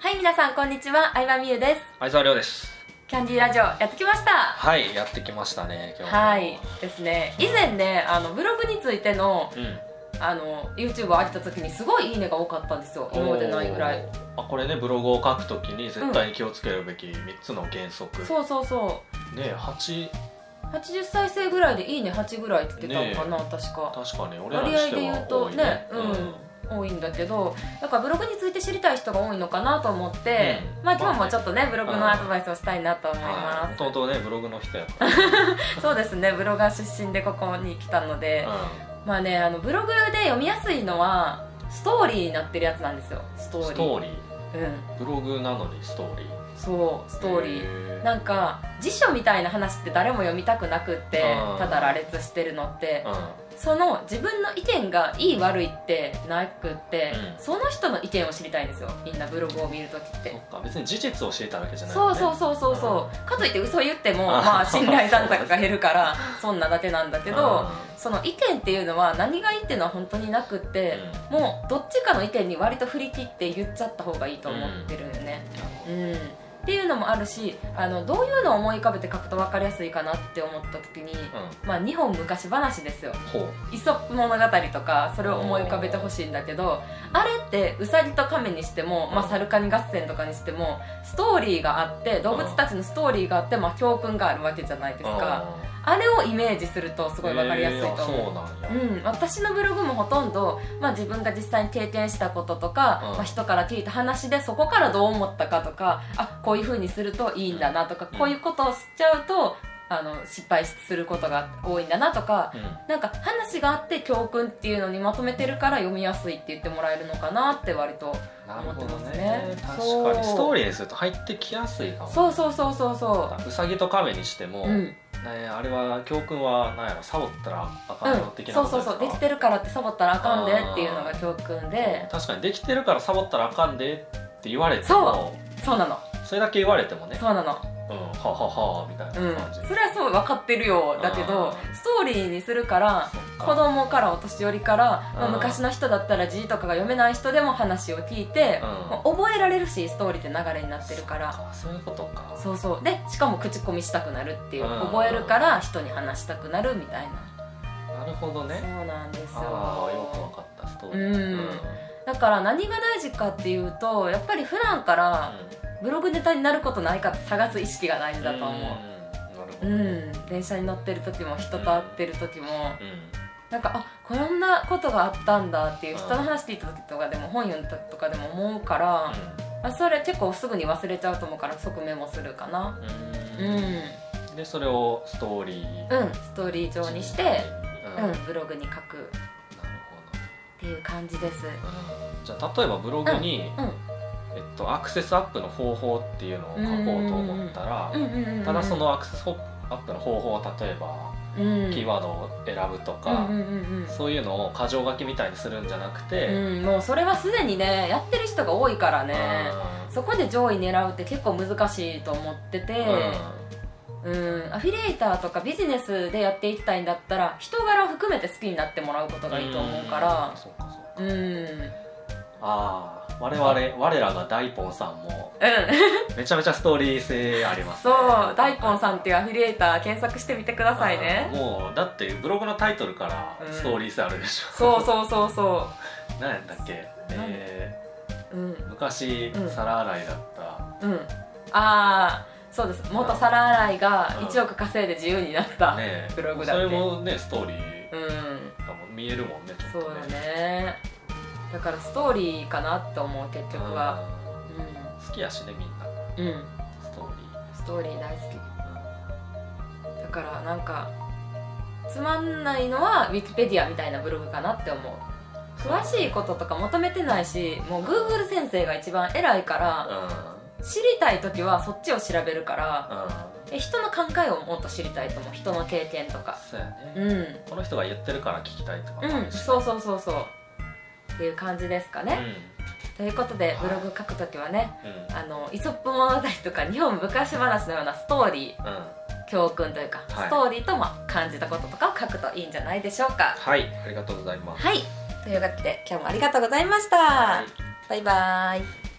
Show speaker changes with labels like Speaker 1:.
Speaker 1: はい、皆さんこんにちは。相葉美優です。
Speaker 2: 相沢亮です
Speaker 1: キャンディーラジオやってきました。
Speaker 2: はいやってきましたね今日も
Speaker 1: はい、ですね。以前ね、あのブログについての
Speaker 2: うん
Speaker 1: あの YouTube を上げた時にすごいいいねが多かったんですよ。今までないぐらい。
Speaker 2: おーあこれねブログを書くときに絶対に気をつけるべき3つの原則、
Speaker 1: そうそうそう。
Speaker 2: ね8
Speaker 1: 80再生ぐらいでいいね8ぐらいって言ってたのかな、確か。
Speaker 2: 確かに俺らにして
Speaker 1: 割合で言
Speaker 2: は
Speaker 1: うと
Speaker 2: 多いね
Speaker 1: ねうん多いんだけどだからブログについて知りたい人が多いのかなと思って、
Speaker 2: うん
Speaker 1: まあ今日もちょっとね、ブログの
Speaker 2: あ
Speaker 1: アドバイスをしたいなと思い
Speaker 2: は
Speaker 1: ま
Speaker 2: い
Speaker 1: す、
Speaker 2: もともとねブログの人や から、うん
Speaker 1: そうですねブロガー出身でここに来たので、まあねあのブログで読みやすいのはストーリーになってるやつなんですよストーリ
Speaker 2: ス
Speaker 1: ー
Speaker 2: トーリ
Speaker 1: うん
Speaker 2: ーブログなのにストーリー
Speaker 1: そうストーリー、
Speaker 2: ー
Speaker 1: なんか辞書みたいな話って誰も読みたくなくって
Speaker 2: うん
Speaker 1: ただ羅列してるのって
Speaker 2: うん
Speaker 1: その自分の意見がいい悪いってなくって、
Speaker 2: うん
Speaker 1: その人の意見を知りたいんですよみんなブログを見るときって
Speaker 2: そっか別に事実を知りたいわけじゃないも
Speaker 1: そ
Speaker 2: ん
Speaker 1: う
Speaker 2: ね
Speaker 1: そうそうそうそう、かといって嘘言っても
Speaker 2: ん
Speaker 1: まあ信頼残高が減る からそんなだけなんだけど、その意見っていうのは何がいいっていうのは本当になくって、もうどっちかの意見に割と振り切って言っちゃった方がいいと思ってるよね、うんっていうのもあるしあのどういうのを思い浮かべて書くと分かりやすいかなって思った時に、
Speaker 2: うんうん
Speaker 1: まあ、日本昔話ですよ
Speaker 2: ほう
Speaker 1: イソップ物語とかそれを思い浮かべてほしいんだけどあれってウサギとカメにしても、まあ、サルカニ合戦とかにしてもストーリーがあって動物たちのストーリーがあって、まあ、教訓があるわけじゃないですかあれをイメージするとす
Speaker 2: す
Speaker 1: ごい分かりやすいと思う。
Speaker 2: そうなんや、
Speaker 1: うん、私のブログもほとんど、まあ、自分が実際に経験したこととか、
Speaker 2: うん
Speaker 1: まあ、人から聞いた話でそこからどう思ったかとかあこういうふうにするといいんだなとか、
Speaker 2: うん
Speaker 1: こういうことをしちゃうとあの失敗することが多いんだなとか
Speaker 2: うん
Speaker 1: なんか話があって教訓っていうのにまとめてるから読みやすいって言ってもらえるのかなって割と
Speaker 2: なる
Speaker 1: 思っ
Speaker 2: ほどね
Speaker 1: てますね
Speaker 2: 確
Speaker 1: そう
Speaker 2: かにストーリーにすると入ってきやすいかも
Speaker 1: そうそうそうそうそ
Speaker 2: ウサギとカメにしても、
Speaker 1: ううん、
Speaker 2: ね、あれは教訓は何やろサボったらあ
Speaker 1: う
Speaker 2: かんよ的
Speaker 1: ん、
Speaker 2: な
Speaker 1: そう
Speaker 2: こと
Speaker 1: そ
Speaker 2: で
Speaker 1: うそう
Speaker 2: すか
Speaker 1: できてるからってサボったらあかんでっていうのが教訓で
Speaker 2: 確かにできてるからサボったらあかんでって言われても
Speaker 1: そうなの
Speaker 2: それだけ言われてもね
Speaker 1: そうなの
Speaker 2: うんはあはあはあみたい
Speaker 1: うん
Speaker 2: な感じ、、
Speaker 1: それはそう分かってるよだけど
Speaker 2: う
Speaker 1: ストーリーにするから
Speaker 2: そっ
Speaker 1: 子
Speaker 2: か
Speaker 1: 供からお年寄りから、まあ
Speaker 2: うん
Speaker 1: 昔の人だったら字とかが読めない人でも話を聞いて、
Speaker 2: うん
Speaker 1: まあ覚えられるしストーリーって流れになってるから
Speaker 2: そっかそういうことか
Speaker 1: そうそうでしかも口コミしたくなるっていう
Speaker 2: うん
Speaker 1: 覚えるから人に話したくなるみたいな
Speaker 2: なるほど
Speaker 1: そう
Speaker 2: ね
Speaker 1: なんです
Speaker 2: ああよくわ
Speaker 1: よ
Speaker 2: かったストーリー
Speaker 1: うん
Speaker 2: うん
Speaker 1: だから何が大事かっていうとやっぱり普段からブログネタになることないかって探す意識が大事だと思
Speaker 2: うんなる
Speaker 1: う
Speaker 2: ほ
Speaker 1: う
Speaker 2: ど
Speaker 1: ん、
Speaker 2: ね
Speaker 1: 電車に乗ってる時も人と会ってる時も、
Speaker 2: うん
Speaker 1: なんかあこんなことがあったんだっていう人の話聞いた時とかでも本読んだ時とかでも思うから、まあ、それ結構すぐに忘れちゃうと思うから即メモするかなう
Speaker 2: うんん
Speaker 1: う
Speaker 2: でそれをストーリー
Speaker 1: んストーリー上にして、
Speaker 2: うん
Speaker 1: う
Speaker 2: なる
Speaker 1: ん、ブログに書くっていう感じです
Speaker 2: ほど、うん、じゃあ例えばブログに、
Speaker 1: うん
Speaker 2: えっと、アクセスアップの方法っていうのを書こうと思ったら、
Speaker 1: うんうんうんうん
Speaker 2: ただそのアクセスアップの方法を例えば
Speaker 1: キ
Speaker 2: キー
Speaker 1: ー
Speaker 2: ワードを選ぶとか、
Speaker 1: うんうんうん
Speaker 2: そういうのを箇条書きみたいにするんじゃなくて、
Speaker 1: うん、うん、もうそれはすでにねやってる人が多いからね
Speaker 2: う
Speaker 1: そこで上位狙うって結構難しいと思ってて、
Speaker 2: んうん
Speaker 1: うん、アフィリエイターとかビジネスでやっていきたいんだったら人柄を含めて好きになってもらうことがいいと思うから
Speaker 2: んそうかそうか
Speaker 1: うんうん
Speaker 2: ああ我々我らが大ポンさんもめちゃめちゃストーリー性あります、ね、
Speaker 1: そう大根さんっていうアフィリエイター検索してみてください
Speaker 2: うん
Speaker 1: ね
Speaker 2: もうだってブログのタイトルから
Speaker 1: うん
Speaker 2: ストーリー性あるでしょ、
Speaker 1: そうそうそうそ
Speaker 2: 何やったっけ、え
Speaker 1: ううん
Speaker 2: ー昔
Speaker 1: うん
Speaker 2: 皿洗いだった、
Speaker 1: うんああそうです元皿洗いが
Speaker 2: うん
Speaker 1: 1億稼いで自由になった
Speaker 2: ね
Speaker 1: ブログだっ
Speaker 2: そ
Speaker 1: て
Speaker 2: れもねストーリー
Speaker 1: うん
Speaker 2: がもう見えるもんねちょっと
Speaker 1: そうだねだからストーリーかなって思う結局は
Speaker 2: うん好きやしねみん
Speaker 1: う
Speaker 2: な
Speaker 1: ん、うん、
Speaker 2: ストーリ
Speaker 1: ストーリー大好き
Speaker 2: ー、
Speaker 1: だからなんかつまんないのはウィキペディアみたいなブログかなって思う詳しいこととか求めてないしもう Google 先生が一番偉いから
Speaker 2: う
Speaker 1: 知りたい時はそっちを調べるから
Speaker 2: んうん
Speaker 1: え人の考えをもっと知りたいと思う人の経験とか
Speaker 2: そうやね、
Speaker 1: うんう
Speaker 2: この人が言ってるから聞きたいとかもあ
Speaker 1: ん
Speaker 2: るし
Speaker 1: そうそうそうそうっていう感じですかね、ということでブログ書く時はね
Speaker 2: うんうん
Speaker 1: あのイソップ物語とか日本昔話のようなストーリー
Speaker 2: うん
Speaker 1: 教訓というか、
Speaker 2: はい
Speaker 1: ストーリーとまあ感じたこととかを書くといいんじゃないでしょうか
Speaker 2: はいありがとうございます、
Speaker 1: はい。というわけで、今日もありがとうございました。
Speaker 2: はい
Speaker 1: バイバイ。